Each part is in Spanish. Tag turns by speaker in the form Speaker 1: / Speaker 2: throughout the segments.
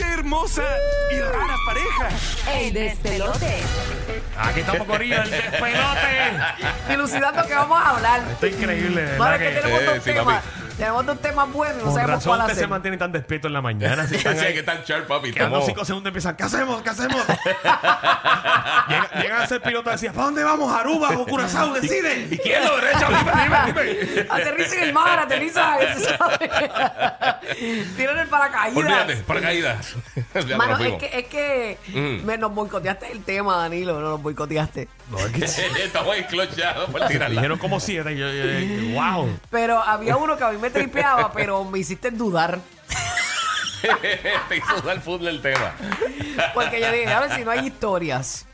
Speaker 1: hermosa y rara pareja.
Speaker 2: El despelote.
Speaker 3: Aquí estamos, Corillo, el despelote.
Speaker 2: Dilucidando que vamos a hablar.
Speaker 3: Está increíble, de
Speaker 2: Bueno,
Speaker 3: ¿verdad?
Speaker 2: es que
Speaker 3: Que eh,
Speaker 2: tenemos
Speaker 4: Sí,
Speaker 2: dos
Speaker 4: sí,
Speaker 2: temas.
Speaker 4: papi.
Speaker 2: Tenemos dos temas buenos y no
Speaker 3: con
Speaker 2: sabemos
Speaker 3: razón
Speaker 2: cuál
Speaker 3: usted se
Speaker 2: hacer.
Speaker 3: mantiene tan despierto en la mañana. Si
Speaker 4: Sí,
Speaker 3: están
Speaker 4: hay
Speaker 3: ahí
Speaker 4: que estar sharp, papi.
Speaker 3: quedando
Speaker 4: estamos-
Speaker 3: cinco segundos, empiezan, ¿qué hacemos? ¿Qué hacemos? Llega- Llegan a ser pilotos y decían, ¿para dónde vamos? Aruba o Curazao, deciden.
Speaker 4: Izquierdo, derecha, dime, dime, dime.
Speaker 2: Aterriza en el mar, aterriza. Tiran el paracaídas.
Speaker 4: Olvídate, paracaídas. Ya
Speaker 2: Mano,
Speaker 4: nos
Speaker 2: es
Speaker 4: fuimos.
Speaker 2: que, es que
Speaker 4: Mm.
Speaker 2: me, nos boicoteaste el tema, Danilo. No nos boicoteaste.
Speaker 3: No, es que
Speaker 4: Estamos enclochados por tirarla.
Speaker 3: dijeron como siete. y yo, yo- yo- wow.
Speaker 2: Pero había uno que a mí me tripeaba, pero me hiciste dudar.
Speaker 4: Te hizo dar fútbol el tema.
Speaker 2: Porque yo dije, a ver si no hay historias.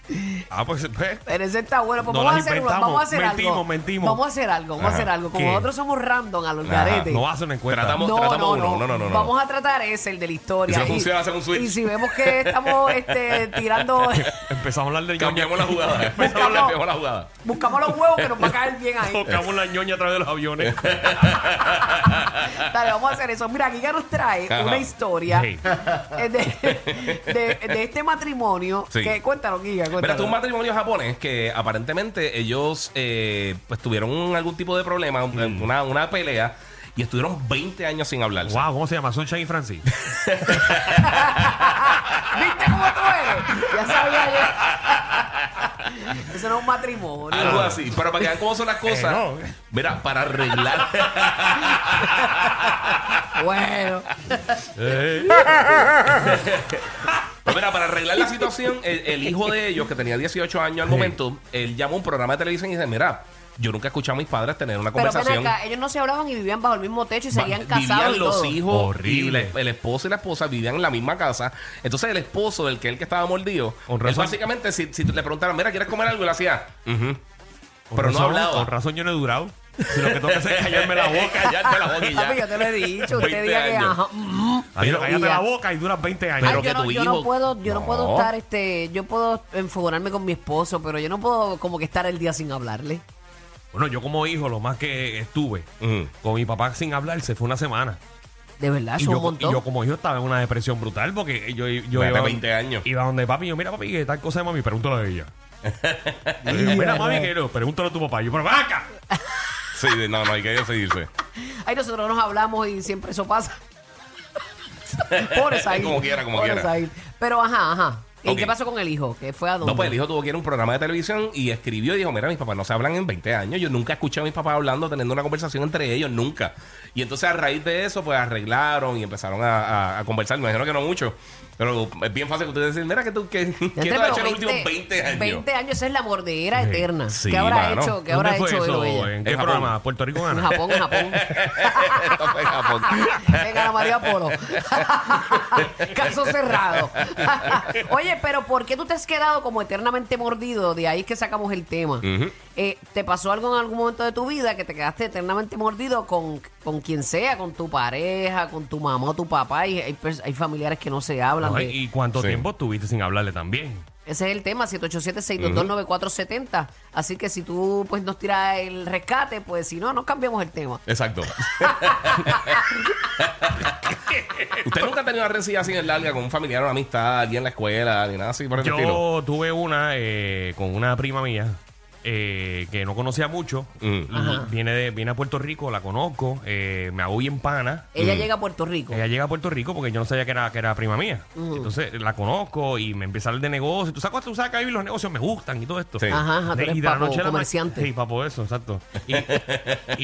Speaker 4: Ah, pues, pues.
Speaker 2: Pero ese está bueno. Pues
Speaker 3: No
Speaker 2: vamos, a
Speaker 3: las
Speaker 2: hacer, una-
Speaker 3: inventamos.
Speaker 2: vamos a hacer
Speaker 3: Mentimos,
Speaker 2: algo.
Speaker 3: mentimos.
Speaker 2: Vamos a hacer algo, vamos a
Speaker 4: Ajá.
Speaker 2: hacer algo. Como
Speaker 3: ¿Qué?
Speaker 2: nosotros somos random al
Speaker 4: Ajá.
Speaker 2: olgarete.
Speaker 3: No hacen encuesta.
Speaker 4: Tratamos- uno. No, no, no, no.
Speaker 2: Vamos a tratar ese, el de la historia.
Speaker 4: Si no funciona, hacen un switch.
Speaker 2: Y si vemos que estamos este, tirando,
Speaker 3: Empezamos a hablar de ñoña.
Speaker 4: Cambiamos la jugada.
Speaker 2: Buscamos-
Speaker 4: Cambiamos la jugada.
Speaker 2: buscamos los huevos que nos va a caer bien ahí.
Speaker 3: Tocamos la ñoña a través de los aviones.
Speaker 2: Dale, vamos a hacer eso. Mira, Giga nos trae
Speaker 4: Ajá.
Speaker 2: una historia
Speaker 3: Sí.
Speaker 2: eh, de, de- de este matrimonio.
Speaker 4: Sí.
Speaker 2: Que, cuéntanos, Giga,
Speaker 4: Mira,
Speaker 2: cuéntanos.
Speaker 4: esto es un matrimonio japonés que aparentemente ellos eh, pues tuvieron un- algún tipo de problema, un- una, una pelea, y estuvieron 20 años sin hablarse.
Speaker 3: wow, ¿cómo se llama? Sunshine y Francis.
Speaker 2: ¿Viste cómo tú eres? Ya sabía yo. Eso no es un matrimonio.
Speaker 4: Algo así. Pero para que vean cómo son las cosas,
Speaker 3: no.
Speaker 4: mira, para arreglar.
Speaker 2: Bueno,
Speaker 4: Pues mira, para arreglar la situación, el, el hijo de ellos, que tenía 18 años al momento, él llamó a un programa de televisión y dice, mira, yo nunca escuché a mis padres tener una
Speaker 2: pero ven
Speaker 4: conversación.
Speaker 2: acá, ellos no se hablaban y vivían bajo el mismo techo y seguían
Speaker 4: Va-
Speaker 2: casados.
Speaker 4: Vivían
Speaker 2: y
Speaker 4: los
Speaker 2: todo.
Speaker 4: hijos.
Speaker 3: Horrible.
Speaker 4: y la- el esposo y la esposa vivían en la misma casa. Entonces el esposo del que él que estaba mordido,
Speaker 3: Con
Speaker 4: él
Speaker 3: razón.
Speaker 4: básicamente, si, si le preguntaran, mira, ¿quieres comer algo? Y le hacía,
Speaker 3: Con
Speaker 4: "Ujú". pero no
Speaker 3: razón-
Speaker 4: hablaba.
Speaker 3: Con razón yo no he durado. Si lo que tengo que hacer es callarme la boca.
Speaker 4: Callarte la boca y ya.
Speaker 2: Papi, yo te lo he dicho.
Speaker 4: 20
Speaker 2: Usted diga que.
Speaker 4: años.
Speaker 2: Ajá, mm.
Speaker 3: Pero cállate
Speaker 2: ya.
Speaker 3: la boca y duras 20 años.
Speaker 2: Ay,
Speaker 4: Pero
Speaker 2: yo
Speaker 4: que
Speaker 2: no,
Speaker 4: tu
Speaker 2: yo no
Speaker 4: hijo-
Speaker 2: puedo, yo no.
Speaker 4: No.
Speaker 2: puedo estar, este, yo puedo enfogonarme con mi esposo, pero yo no puedo como que estar el día sin hablarle.
Speaker 3: Bueno, yo como hijo, lo más que estuve
Speaker 4: Ujú.
Speaker 3: con mi papá sin hablar, se fue una semana.
Speaker 2: De verdad,
Speaker 3: Y
Speaker 2: eso es un
Speaker 3: yo, y
Speaker 2: montón.
Speaker 3: yo como hijo estaba en una depresión brutal porque yo, yo
Speaker 4: Vete
Speaker 3: iba,
Speaker 4: 20 años.
Speaker 3: iba donde papi y yo, mira papi, que tal cosa de mami, pregúntalo a ella. Yo digo, mira mami, que no, pregúntalo a tu papá. Yo, pero ven acá.
Speaker 4: Sí, de- no, no hay que seguirse.
Speaker 2: Ay, nosotros nos hablamos y siempre eso pasa. Pobre Said.
Speaker 4: Como quiera, como
Speaker 2: Pobre
Speaker 4: quiera.
Speaker 2: Said. Pero ajá, ajá. ¿Y
Speaker 4: Ok.
Speaker 2: qué pasó con el hijo? Que fue a dónde?
Speaker 4: No, pues el hijo tuvo que ir a un programa de televisión y escribió y dijo, mira, mis papás no se hablan en 20 años. Yo nunca escuché a mis papás hablando, teniendo una conversación entre ellos, nunca. Y entonces a raíz de eso, pues arreglaron y empezaron a, a- a conversar. Me imagino que no mucho, pero es bien fácil que ustedes decir, mira, que tú, que, ¿qué tú
Speaker 2: Entre,
Speaker 4: has
Speaker 2: pero
Speaker 4: hecho en los últimos 20 años?
Speaker 2: 20 años, esa es la mordedera
Speaker 3: Sí.
Speaker 2: eterna.
Speaker 4: Sí,
Speaker 2: ¿Qué habrá
Speaker 4: mano.
Speaker 2: hecho? ¿Qué
Speaker 3: ¿Dónde
Speaker 2: habrá
Speaker 3: fue
Speaker 2: hecho él o
Speaker 3: eso?
Speaker 2: ella?
Speaker 3: ¿En qué
Speaker 4: En Japón.
Speaker 3: programa? ¿Puerto Rico
Speaker 2: En
Speaker 3: gana?
Speaker 2: Japón, en Japón.
Speaker 4: Esto fue en Japón.
Speaker 2: En Ana María Polo. Caso cerrado. Oye, pero ¿por qué tú te has quedado como eternamente mordido? De ahí es que sacamos el tema.
Speaker 4: Ujú.
Speaker 2: Eh, ¿Te pasó algo en algún momento de tu vida que te quedaste eternamente mordido con, con quien sea, con tu pareja, con tu mamá o tu papá? Y hay, pers- hay familiares que no se hablan.
Speaker 3: Ay,
Speaker 2: de-
Speaker 3: ¿Y cuánto
Speaker 4: Sí.
Speaker 3: tiempo estuviste sin hablarle también?
Speaker 2: Ese es el tema, 787-622-9470. Así que si tú pues nos tiras el rescate, pues si no, no cambiamos el tema.
Speaker 4: Exacto. ¿Usted nunca ha tenido una rencilla así en larga con un familiar, una amistad, alguien en la escuela, ni nada así por el estilo?
Speaker 3: Yo tuve una eh, con una prima mía eh, que no conocía mucho.
Speaker 4: Mm.
Speaker 2: Ajá.
Speaker 3: Viene, de, viene a Puerto Rico, la conozco, eh, me hago bien pana.
Speaker 2: Ella llega a Puerto Rico.
Speaker 3: Mm. Ella llega a Puerto Rico porque yo no sabía que era, que era prima mía. Entonces la conozco y me empieza a hablar de negocios. Tú sabes cuánto tú sabes que a mí los negocios me gustan y todo esto.
Speaker 4: Sí.
Speaker 2: Ajá, ajá, tú
Speaker 3: De-
Speaker 2: eres
Speaker 3: y de la
Speaker 2: papo,
Speaker 3: noche a la ma-
Speaker 2: comerciante.
Speaker 3: Sí, papo, eso, exacto. Y,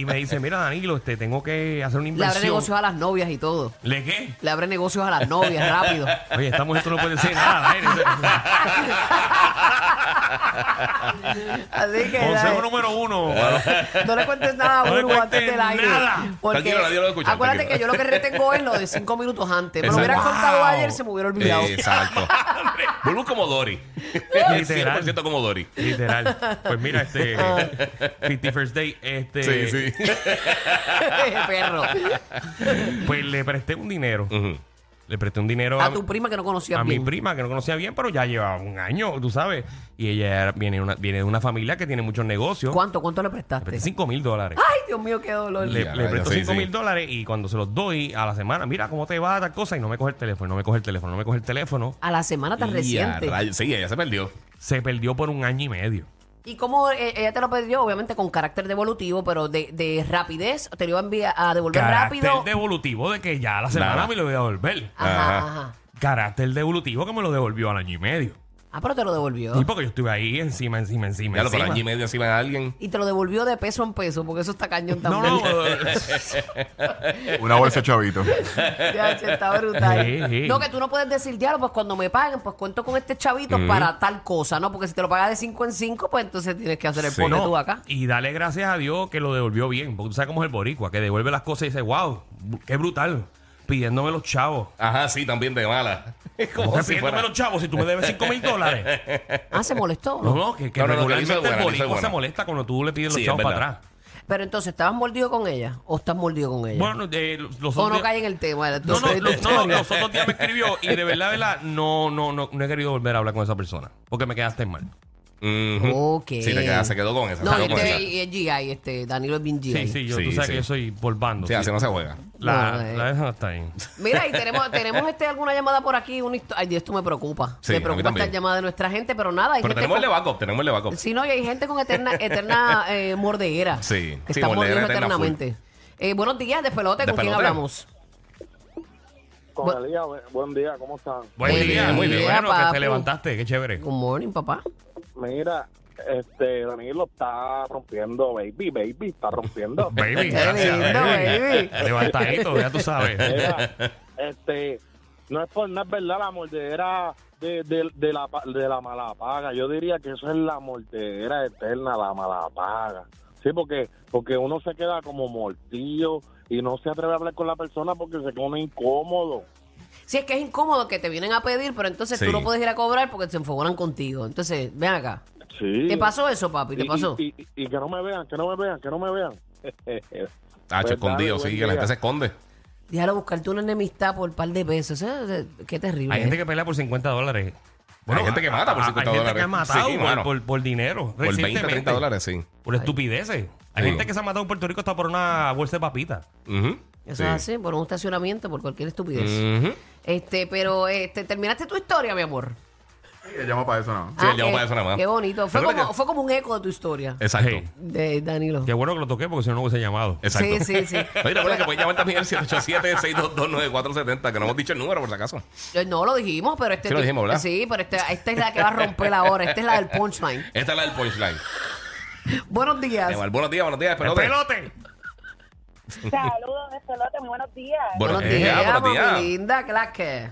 Speaker 3: y me dice, mira, Danilo, este, tengo que hacer una
Speaker 2: Le abre
Speaker 3: inversión.
Speaker 2: negocios a las novias y todo.
Speaker 3: ¿Le qué?
Speaker 2: Le abre negocios a las novias, rápido.
Speaker 3: Oye, esta mujer tú no puedes decir nada. al aire.
Speaker 2: Así que
Speaker 3: Consejo
Speaker 2: dale,
Speaker 3: número uno. para los-
Speaker 2: no le cuentes nada a
Speaker 3: No le
Speaker 2: Burbu antes
Speaker 3: cuentes
Speaker 2: del aire.
Speaker 3: nada.
Speaker 2: Porque
Speaker 4: Tranquilo, nadie lo va a escuchar,
Speaker 2: acuérdate
Speaker 4: tranquilo.
Speaker 2: que yo lo que retengo es lo de cinco minutos antes. Me lo
Speaker 4: Exacto.
Speaker 2: hubieran
Speaker 3: Wow.
Speaker 2: contado ayer, se me hubiera olvidado.
Speaker 4: Exacto. Volvemos como Dory.
Speaker 3: Literal.
Speaker 4: 100% como Dory.
Speaker 3: Literal. Pues mira, este.
Speaker 2: Ah.
Speaker 3: 50 First Day. Este,
Speaker 4: Sí, sí.
Speaker 2: Perro.
Speaker 3: Pues le presté un dinero.
Speaker 4: Ujú.
Speaker 3: Le presté un dinero
Speaker 2: A tu prima que no conocía
Speaker 3: a mi
Speaker 2: bien.
Speaker 3: prima que no conocía bien, pero ya llevaba un año, tú sabes. Y ella era- viene, una- viene de una familia que tiene muchos negocios.
Speaker 2: ¿Cuánto? Ah. ¿Cuánto le
Speaker 3: Le
Speaker 2: prestaste?
Speaker 3: presté 5 mil dólares.
Speaker 2: Ay, Dios mío, qué dolor.
Speaker 3: Le,
Speaker 4: Ya,
Speaker 3: le presto
Speaker 4: sí,
Speaker 3: 5 mil
Speaker 4: sí.
Speaker 3: dólares y cuando se los doy a la semana, mira cómo te va tal cosa y no me coge el teléfono, no me coge el teléfono, no me coge el teléfono.
Speaker 2: A la semana tan
Speaker 4: Y a
Speaker 2: reciente.
Speaker 4: rayos, Sí, ella se perdió.
Speaker 3: Se perdió por un año y medio.
Speaker 2: ¿Y cómo eh, ella te lo pidió? Obviamente con carácter devolutivo, pero de, de rapidez. ¿Te lo iba a, enviar, a devolver
Speaker 3: Carácter
Speaker 2: rápido? Ah.
Speaker 3: devolutivo de que ya a la semana
Speaker 4: Nada.
Speaker 3: me lo voy a devolver.
Speaker 2: Ajá,
Speaker 4: Ajá.
Speaker 2: ajá.
Speaker 3: Carácter devolutivo que me lo devolvió al año y medio.
Speaker 2: Ah, pero te lo devolvió.
Speaker 3: Y porque yo estuve ahí encima, encima, encima.
Speaker 4: Ya lo por
Speaker 3: encima.
Speaker 4: año y medio encima de alguien.
Speaker 2: Y te lo devolvió de peso en peso, porque eso está cañón
Speaker 3: No,
Speaker 2: también.
Speaker 3: no, eh,
Speaker 5: Una bolsa de chavito.
Speaker 2: Ya, che, está brutal.
Speaker 3: Sí, sí.
Speaker 2: No, que tú no puedes decir, diablo, pues cuando me paguen, pues cuento con este chavito para tal cosa, ¿no? Porque si te lo pagas de 5 en 5, pues entonces tienes que hacer el
Speaker 4: Sí.
Speaker 2: ponte
Speaker 3: No,
Speaker 2: tú acá.
Speaker 3: Y dale gracias a Dios que lo devolvió bien. Porque tú sabes cómo es el boricua, que devuelve las cosas y dice, wow, qué brutal. Pidiéndome los chavos.
Speaker 4: Ajá, sí, también de mala. Es
Speaker 3: ¿Cómo
Speaker 4: como
Speaker 3: que
Speaker 4: si
Speaker 3: pidiéndome
Speaker 4: fuera.
Speaker 3: los chavos si tú me debes 5 mil dólares?
Speaker 2: Ah, se molestó.
Speaker 3: No,
Speaker 2: ¿no?
Speaker 3: no, que, que
Speaker 4: No, no, no,
Speaker 3: regularmente
Speaker 4: la hizo buena,
Speaker 3: el
Speaker 4: la hizo
Speaker 3: boricua se
Speaker 4: buena.
Speaker 3: molesta cuando tú le pides los
Speaker 4: Sí, es
Speaker 3: chavos para
Speaker 4: verdad.
Speaker 3: atrás.
Speaker 2: Pero entonces, ¿estabas mordido con ella o estás mordido con ella?
Speaker 3: Bueno, eh, los los
Speaker 2: o
Speaker 3: otros
Speaker 2: no
Speaker 3: días-
Speaker 2: cae en el tema. de-
Speaker 3: No, no,
Speaker 2: de-
Speaker 3: no,
Speaker 2: de-
Speaker 3: no, los otros días me escribió y de verdad, de verdad, no, no, no, no he querido volver a hablar con esa persona porque me quedaste mal.
Speaker 4: Ujú.
Speaker 2: Ok.
Speaker 4: Sí, te quedas, se quedó con esa.
Speaker 2: No,
Speaker 4: se
Speaker 2: y
Speaker 4: quedó con
Speaker 2: este
Speaker 4: esa.
Speaker 2: y es GI, este, Danilo es bien GI.
Speaker 3: Sí, sí, yo,
Speaker 4: Sí,
Speaker 3: tú sabes
Speaker 4: sí.
Speaker 3: que yo soy por bando.
Speaker 4: Sí,
Speaker 3: sí.
Speaker 4: así no se juega.
Speaker 3: La,
Speaker 2: No, eh.
Speaker 3: la dejan hasta ahí.
Speaker 2: Mira, y tenemos, tenemos este, alguna llamada por aquí. Una histo- Ay, Dios, esto me preocupa.
Speaker 4: Sí,
Speaker 2: me
Speaker 4: a mí
Speaker 2: preocupa esta
Speaker 4: también.
Speaker 2: llamada de nuestra gente, pero nada. Hay
Speaker 4: Pero
Speaker 2: gente
Speaker 4: tenemos el
Speaker 2: con-
Speaker 4: backup, tenemos el backup.
Speaker 2: Sí, no, y hay gente con eterna, eterna eh, mordeguera.
Speaker 4: Sí,
Speaker 2: Que
Speaker 4: sí,
Speaker 2: está
Speaker 4: mordeguera
Speaker 2: mordiendo
Speaker 4: eterna full.
Speaker 2: eternamente. Eh, buenos días, despelote. ¿Con quién
Speaker 4: Despelote.
Speaker 2: hablamos?
Speaker 6: Con
Speaker 2: Bu-
Speaker 6: Elías, bu- buen día, ¿cómo están?
Speaker 3: Buen
Speaker 2: Muy
Speaker 3: día,
Speaker 2: bien,
Speaker 3: muy bien.
Speaker 2: ya,
Speaker 3: Bueno, que
Speaker 2: papi.
Speaker 3: te levantaste, qué chévere.
Speaker 2: Good morning, papá.
Speaker 6: Mira, este Danilo está rompiendo, baby, baby, está rompiendo.
Speaker 3: Baby,
Speaker 2: Qué
Speaker 3: gracias,
Speaker 2: lindo,
Speaker 3: baby.
Speaker 2: baby.
Speaker 3: Levantadito, ya tú sabes.
Speaker 6: Mira, este, no es por no es verdad la mordedera de, de, de la, pa- de la mala paga. Yo diría que eso es la mordedera eterna, la mala paga. Sí, porque, porque uno se queda como mordido y no se atreve a hablar con la persona porque se pone incómodo.
Speaker 2: Si es que es incómodo que te vienen a pedir, pero entonces tú
Speaker 4: Sí.
Speaker 2: no puedes ir a cobrar porque se enfogonan contigo. Entonces, ven acá.
Speaker 6: Sí.
Speaker 2: ¿Te pasó eso, papi? ¿Te
Speaker 6: Y-
Speaker 2: pasó?
Speaker 6: Y, y- y que no me vean, que no me vean, que no me vean.
Speaker 4: Hacho
Speaker 6: Pues,
Speaker 4: Ah, escondido,
Speaker 6: dale,
Speaker 4: sí,
Speaker 6: buen
Speaker 4: que la
Speaker 6: día.
Speaker 4: gente se esconde.
Speaker 2: Déjalo buscarte una enemistad por un par de pesos. Eso es- eh, qué terrible.
Speaker 3: Hay gente que pelea por 50 dólares.
Speaker 4: Hay gente que mata por
Speaker 3: hay-
Speaker 4: 50
Speaker 3: Hay gente
Speaker 4: dólares.
Speaker 3: que ha matado
Speaker 4: Sí,
Speaker 3: por,
Speaker 4: mano.
Speaker 3: por- por dinero.
Speaker 4: Por 20, 30
Speaker 3: recientemente.
Speaker 4: dólares, sí.
Speaker 3: Por estupideces. Hay
Speaker 4: Sí.
Speaker 3: gente que se ha matado en Puerto Rico hasta por una bolsa de papitas.
Speaker 4: Ujú.
Speaker 2: Eso
Speaker 4: Sí. Mm.
Speaker 2: es así, por un estacionamiento, por cualquier estupidez.
Speaker 4: Ujú.
Speaker 2: Este, pero este, terminaste tu historia, mi amor.
Speaker 5: Ella llama para eso, ¿no?
Speaker 4: Sí, él
Speaker 2: Ah,
Speaker 4: llamó
Speaker 2: qué-
Speaker 4: para eso nada más.
Speaker 2: Qué bonito. Fue
Speaker 4: Pero Eh. mira
Speaker 2: como, fue como un eco de tu historia.
Speaker 4: Exacto.
Speaker 3: Sí.
Speaker 2: De Danilo.
Speaker 3: Qué bueno que lo toqué porque si no, no hubiese llamado.
Speaker 4: Exacto.
Speaker 2: Sí, sí, sí.
Speaker 4: Oye, recuerda que puedes llamar también al 787-622-9470, que no hemos dicho el número por si acaso.
Speaker 2: Eh, No lo dijimos, pero este.
Speaker 4: Sí lo dijimos, ¿verdad?
Speaker 2: Sí, pero este- esta es la que va a romper la hora. Esta es la del punchline.
Speaker 4: Esta es la del punchline.
Speaker 2: Buenos días.
Speaker 4: Emanuel, buenos días, buenos días,
Speaker 3: ¡El
Speaker 4: pelote.
Speaker 3: pelote!
Speaker 7: Saludos, despelote, muy buenos días.
Speaker 4: Buenos días, buenos
Speaker 2: mami
Speaker 4: días.
Speaker 2: linda, que la que.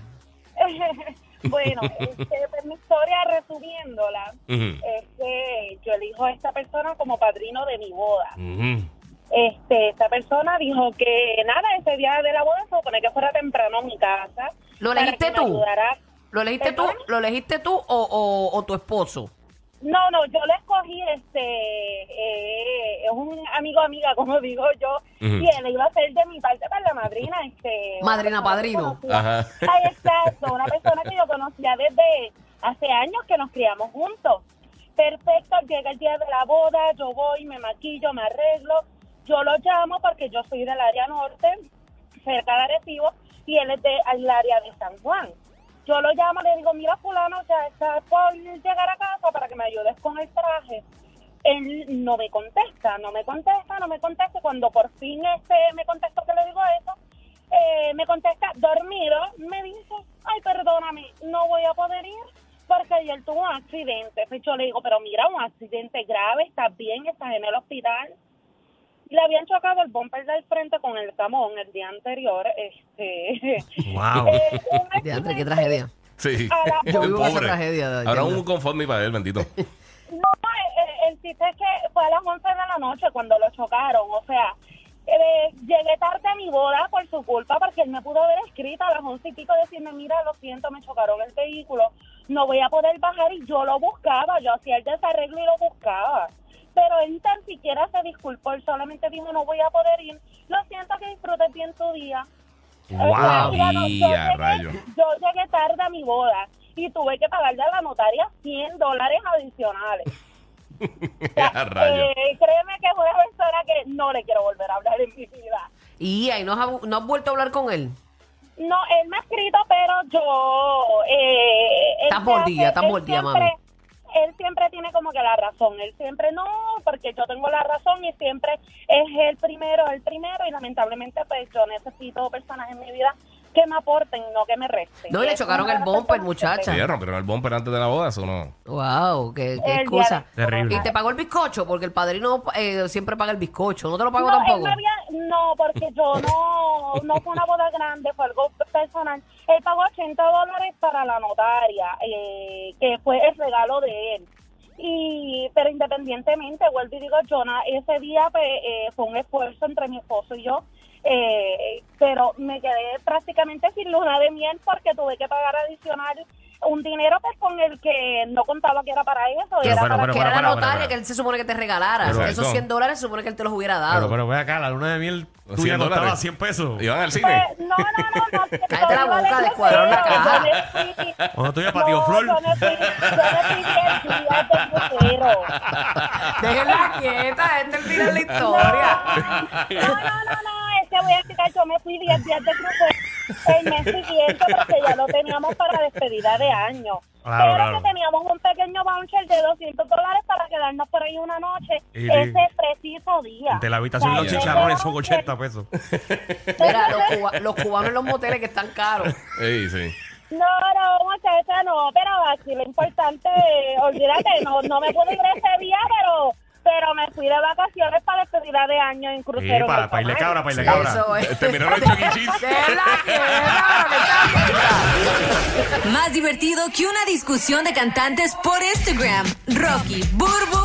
Speaker 7: bueno, este, pues, mi historia resumiéndola
Speaker 4: Ujú.
Speaker 7: es que yo elijo a esta persona como padrino de mi boda.
Speaker 4: Mm-hmm.
Speaker 3: Ujú.
Speaker 7: Este, esta persona dijo que nada, ese día de la boda se supone que fuera temprano a mi casa.
Speaker 2: ¿Lo
Speaker 7: para
Speaker 2: elegiste
Speaker 7: que me
Speaker 2: tú?
Speaker 7: ayudara.
Speaker 2: ¿Lo elegiste tú?
Speaker 7: ¿Perdón?
Speaker 2: ¿Lo elegiste tú o, o- o tu esposo?
Speaker 7: No, no, yo le escogí, este, eh, es un amigo amiga, como digo yo,
Speaker 4: Ujú.
Speaker 7: y él iba a ser de mi parte para la madrina, este. una
Speaker 2: Madrina,
Speaker 7: persona que
Speaker 2: padrino.
Speaker 7: conocía.
Speaker 4: Ajá.
Speaker 7: Ay, exacto, una persona que yo conocía desde hace años que nos criamos juntos. Perfecto, llega el día de la boda, yo voy, me maquillo, me arreglo, yo lo llamo porque yo soy del área norte, cerca de Arecibo, y él es del área de San Juan. Yo lo llamo, le digo, mira fulano, ya está por llegar a casa para que me ayudes con el traje. Él no me contesta, no me contesta, no me contesta. Cuando por fin este me contestó que le digo eso, eh, me contesta dormido, me dice, ay, perdóname, no voy a poder ir porque ayer tuvo un accidente. Pues yo le digo, pero mira, un accidente grave, estás bien, estás en el hospital. Y le habían chocado el bumper del frente con el camón el día anterior. Este,
Speaker 3: ¡Wow!
Speaker 7: eh, un
Speaker 2: De André,
Speaker 7: accidente
Speaker 2: qué tragedia.
Speaker 4: Sí.
Speaker 7: a la
Speaker 2: Yo vivo esa
Speaker 4: Pobre.
Speaker 2: tragedia. de-
Speaker 4: Ahora
Speaker 2: de-
Speaker 4: un conforme para él, bendito.
Speaker 7: No, el, el chiste es que fue a las 11 de la noche cuando lo chocaron, o sea, eh, llegué tarde a mi boda por su culpa porque él me pudo haber escrito a las 11 y pico decirme, mira, lo siento, me chocaron el vehículo, no voy a poder bajar y yo lo buscaba, yo hacía el desarreglo y lo buscaba. Pero él tan siquiera se disculpó, él solamente dijo, no voy a poder ir, lo siento que disfrutes bien tu día. sea,
Speaker 3: Wow.
Speaker 7: mira, no,
Speaker 4: Y
Speaker 7: yo,
Speaker 4: a rayo.
Speaker 7: llegué, yo llegué tarde a mi boda y tuve que pagarle a la notaria 100 dólares adicionales.
Speaker 4: a rayo.
Speaker 7: Eh, créeme que es una persona que no le quiero volver a hablar en mi vida.
Speaker 2: Y ahí no has, abu- no has vuelto a hablar con él.
Speaker 7: No, él me ha escrito, pero yo... Eh, él
Speaker 2: Estás
Speaker 7: se
Speaker 2: mordida,
Speaker 7: hace-
Speaker 2: estás
Speaker 7: él
Speaker 2: mordida,
Speaker 7: siempre-
Speaker 2: mami.
Speaker 7: Él siempre tiene como que la razón. Él siempre no, porque yo tengo la razón y siempre es el primero, el primero. Y lamentablemente, pues yo necesito personas en mi vida que me aporten, no que me resten.
Speaker 2: No, y le
Speaker 7: Es
Speaker 2: chocaron
Speaker 7: una de
Speaker 2: el
Speaker 7: las
Speaker 2: bumper,
Speaker 7: personas
Speaker 2: muchacha.
Speaker 7: que
Speaker 4: Sí, rompieron el bumper antes de la boda, eso no.
Speaker 2: Wow, qué, qué
Speaker 7: tengo. El día de-
Speaker 2: excusa.
Speaker 3: Terrible.
Speaker 2: Y te pagó el bizcocho, porque el padrino eh, siempre paga el bizcocho. No te lo pagó
Speaker 7: No, él
Speaker 2: tampoco.
Speaker 7: me había, no, porque yo no, no fue una boda grande, fue algo personal. Él pagó 80 dólares para la notaria, eh, que fue el regalo de él. Y, pero independientemente, vuelvo y digo, Jonah, ese día pues, eh, fue un esfuerzo entre mi esposo y yo, eh, pero me quedé prácticamente sin luna de miel porque tuve que pagar adicional un dinero pues, con el que no contaba que era para eso.
Speaker 2: Que,
Speaker 3: Pero,
Speaker 7: era
Speaker 3: pero,
Speaker 7: para
Speaker 3: pero,
Speaker 2: que
Speaker 3: pero,
Speaker 2: era la
Speaker 3: pero,
Speaker 2: notaria
Speaker 3: pero.
Speaker 2: que él se supone que te regalara.
Speaker 4: Exacto.
Speaker 2: Esos 100 dólares se supone que él te los hubiera
Speaker 3: Pero,
Speaker 2: dado.
Speaker 3: pero ve acá, la luna de miel tuya
Speaker 4: 100
Speaker 3: costaba
Speaker 4: dólares.
Speaker 3: 100 pesos.
Speaker 4: Iban al
Speaker 7: Pues,
Speaker 4: cine.
Speaker 7: no, no, no, no.
Speaker 2: Cállate la boca, le cuadraron la caja.
Speaker 7: cara.
Speaker 3: Cuando tú ibas para Tío Flor.
Speaker 7: Yo me fui, yo me fui diez días de crucero.
Speaker 2: Déjenla quieta, este es el final de la
Speaker 7: No,
Speaker 2: historia.
Speaker 7: no, no, no, no, es que voy a explicar, yo me fui 10 días de crucero el mes siguiente porque ya lo teníamos para despedida de año.
Speaker 3: Claro,
Speaker 7: Pero
Speaker 3: claro.
Speaker 7: que teníamos un pequeño voucher de 200 dólares para quedarnos por ahí una noche
Speaker 3: Y-
Speaker 7: ese preciso día.
Speaker 3: De la habitación
Speaker 7: O sea,
Speaker 3: los
Speaker 7: yo
Speaker 3: chicharrones
Speaker 7: me
Speaker 3: son
Speaker 7: quedé-
Speaker 3: 80 pesos.
Speaker 2: Mira, los, cuba- los cubanos en los moteles que están caros. Eh.
Speaker 4: Sí, sí.
Speaker 7: No, no, muchacha, no, pero aquí lo importante, eh, olvídate, no, no me pude ir ese día, pero, pero me fui de vacaciones para despedida de año en
Speaker 3: Sí,
Speaker 7: crucero.
Speaker 3: para,
Speaker 7: ¿no?
Speaker 3: para irle cabra, para irle
Speaker 4: Sí.
Speaker 3: cabra.
Speaker 2: Eso es.
Speaker 4: Terminaron en Chuck E. Cheese.
Speaker 2: Déjenla quieta, que está quieta.
Speaker 8: Más divertido que una discusión de cantantes por Instagram. Rocky, Burbu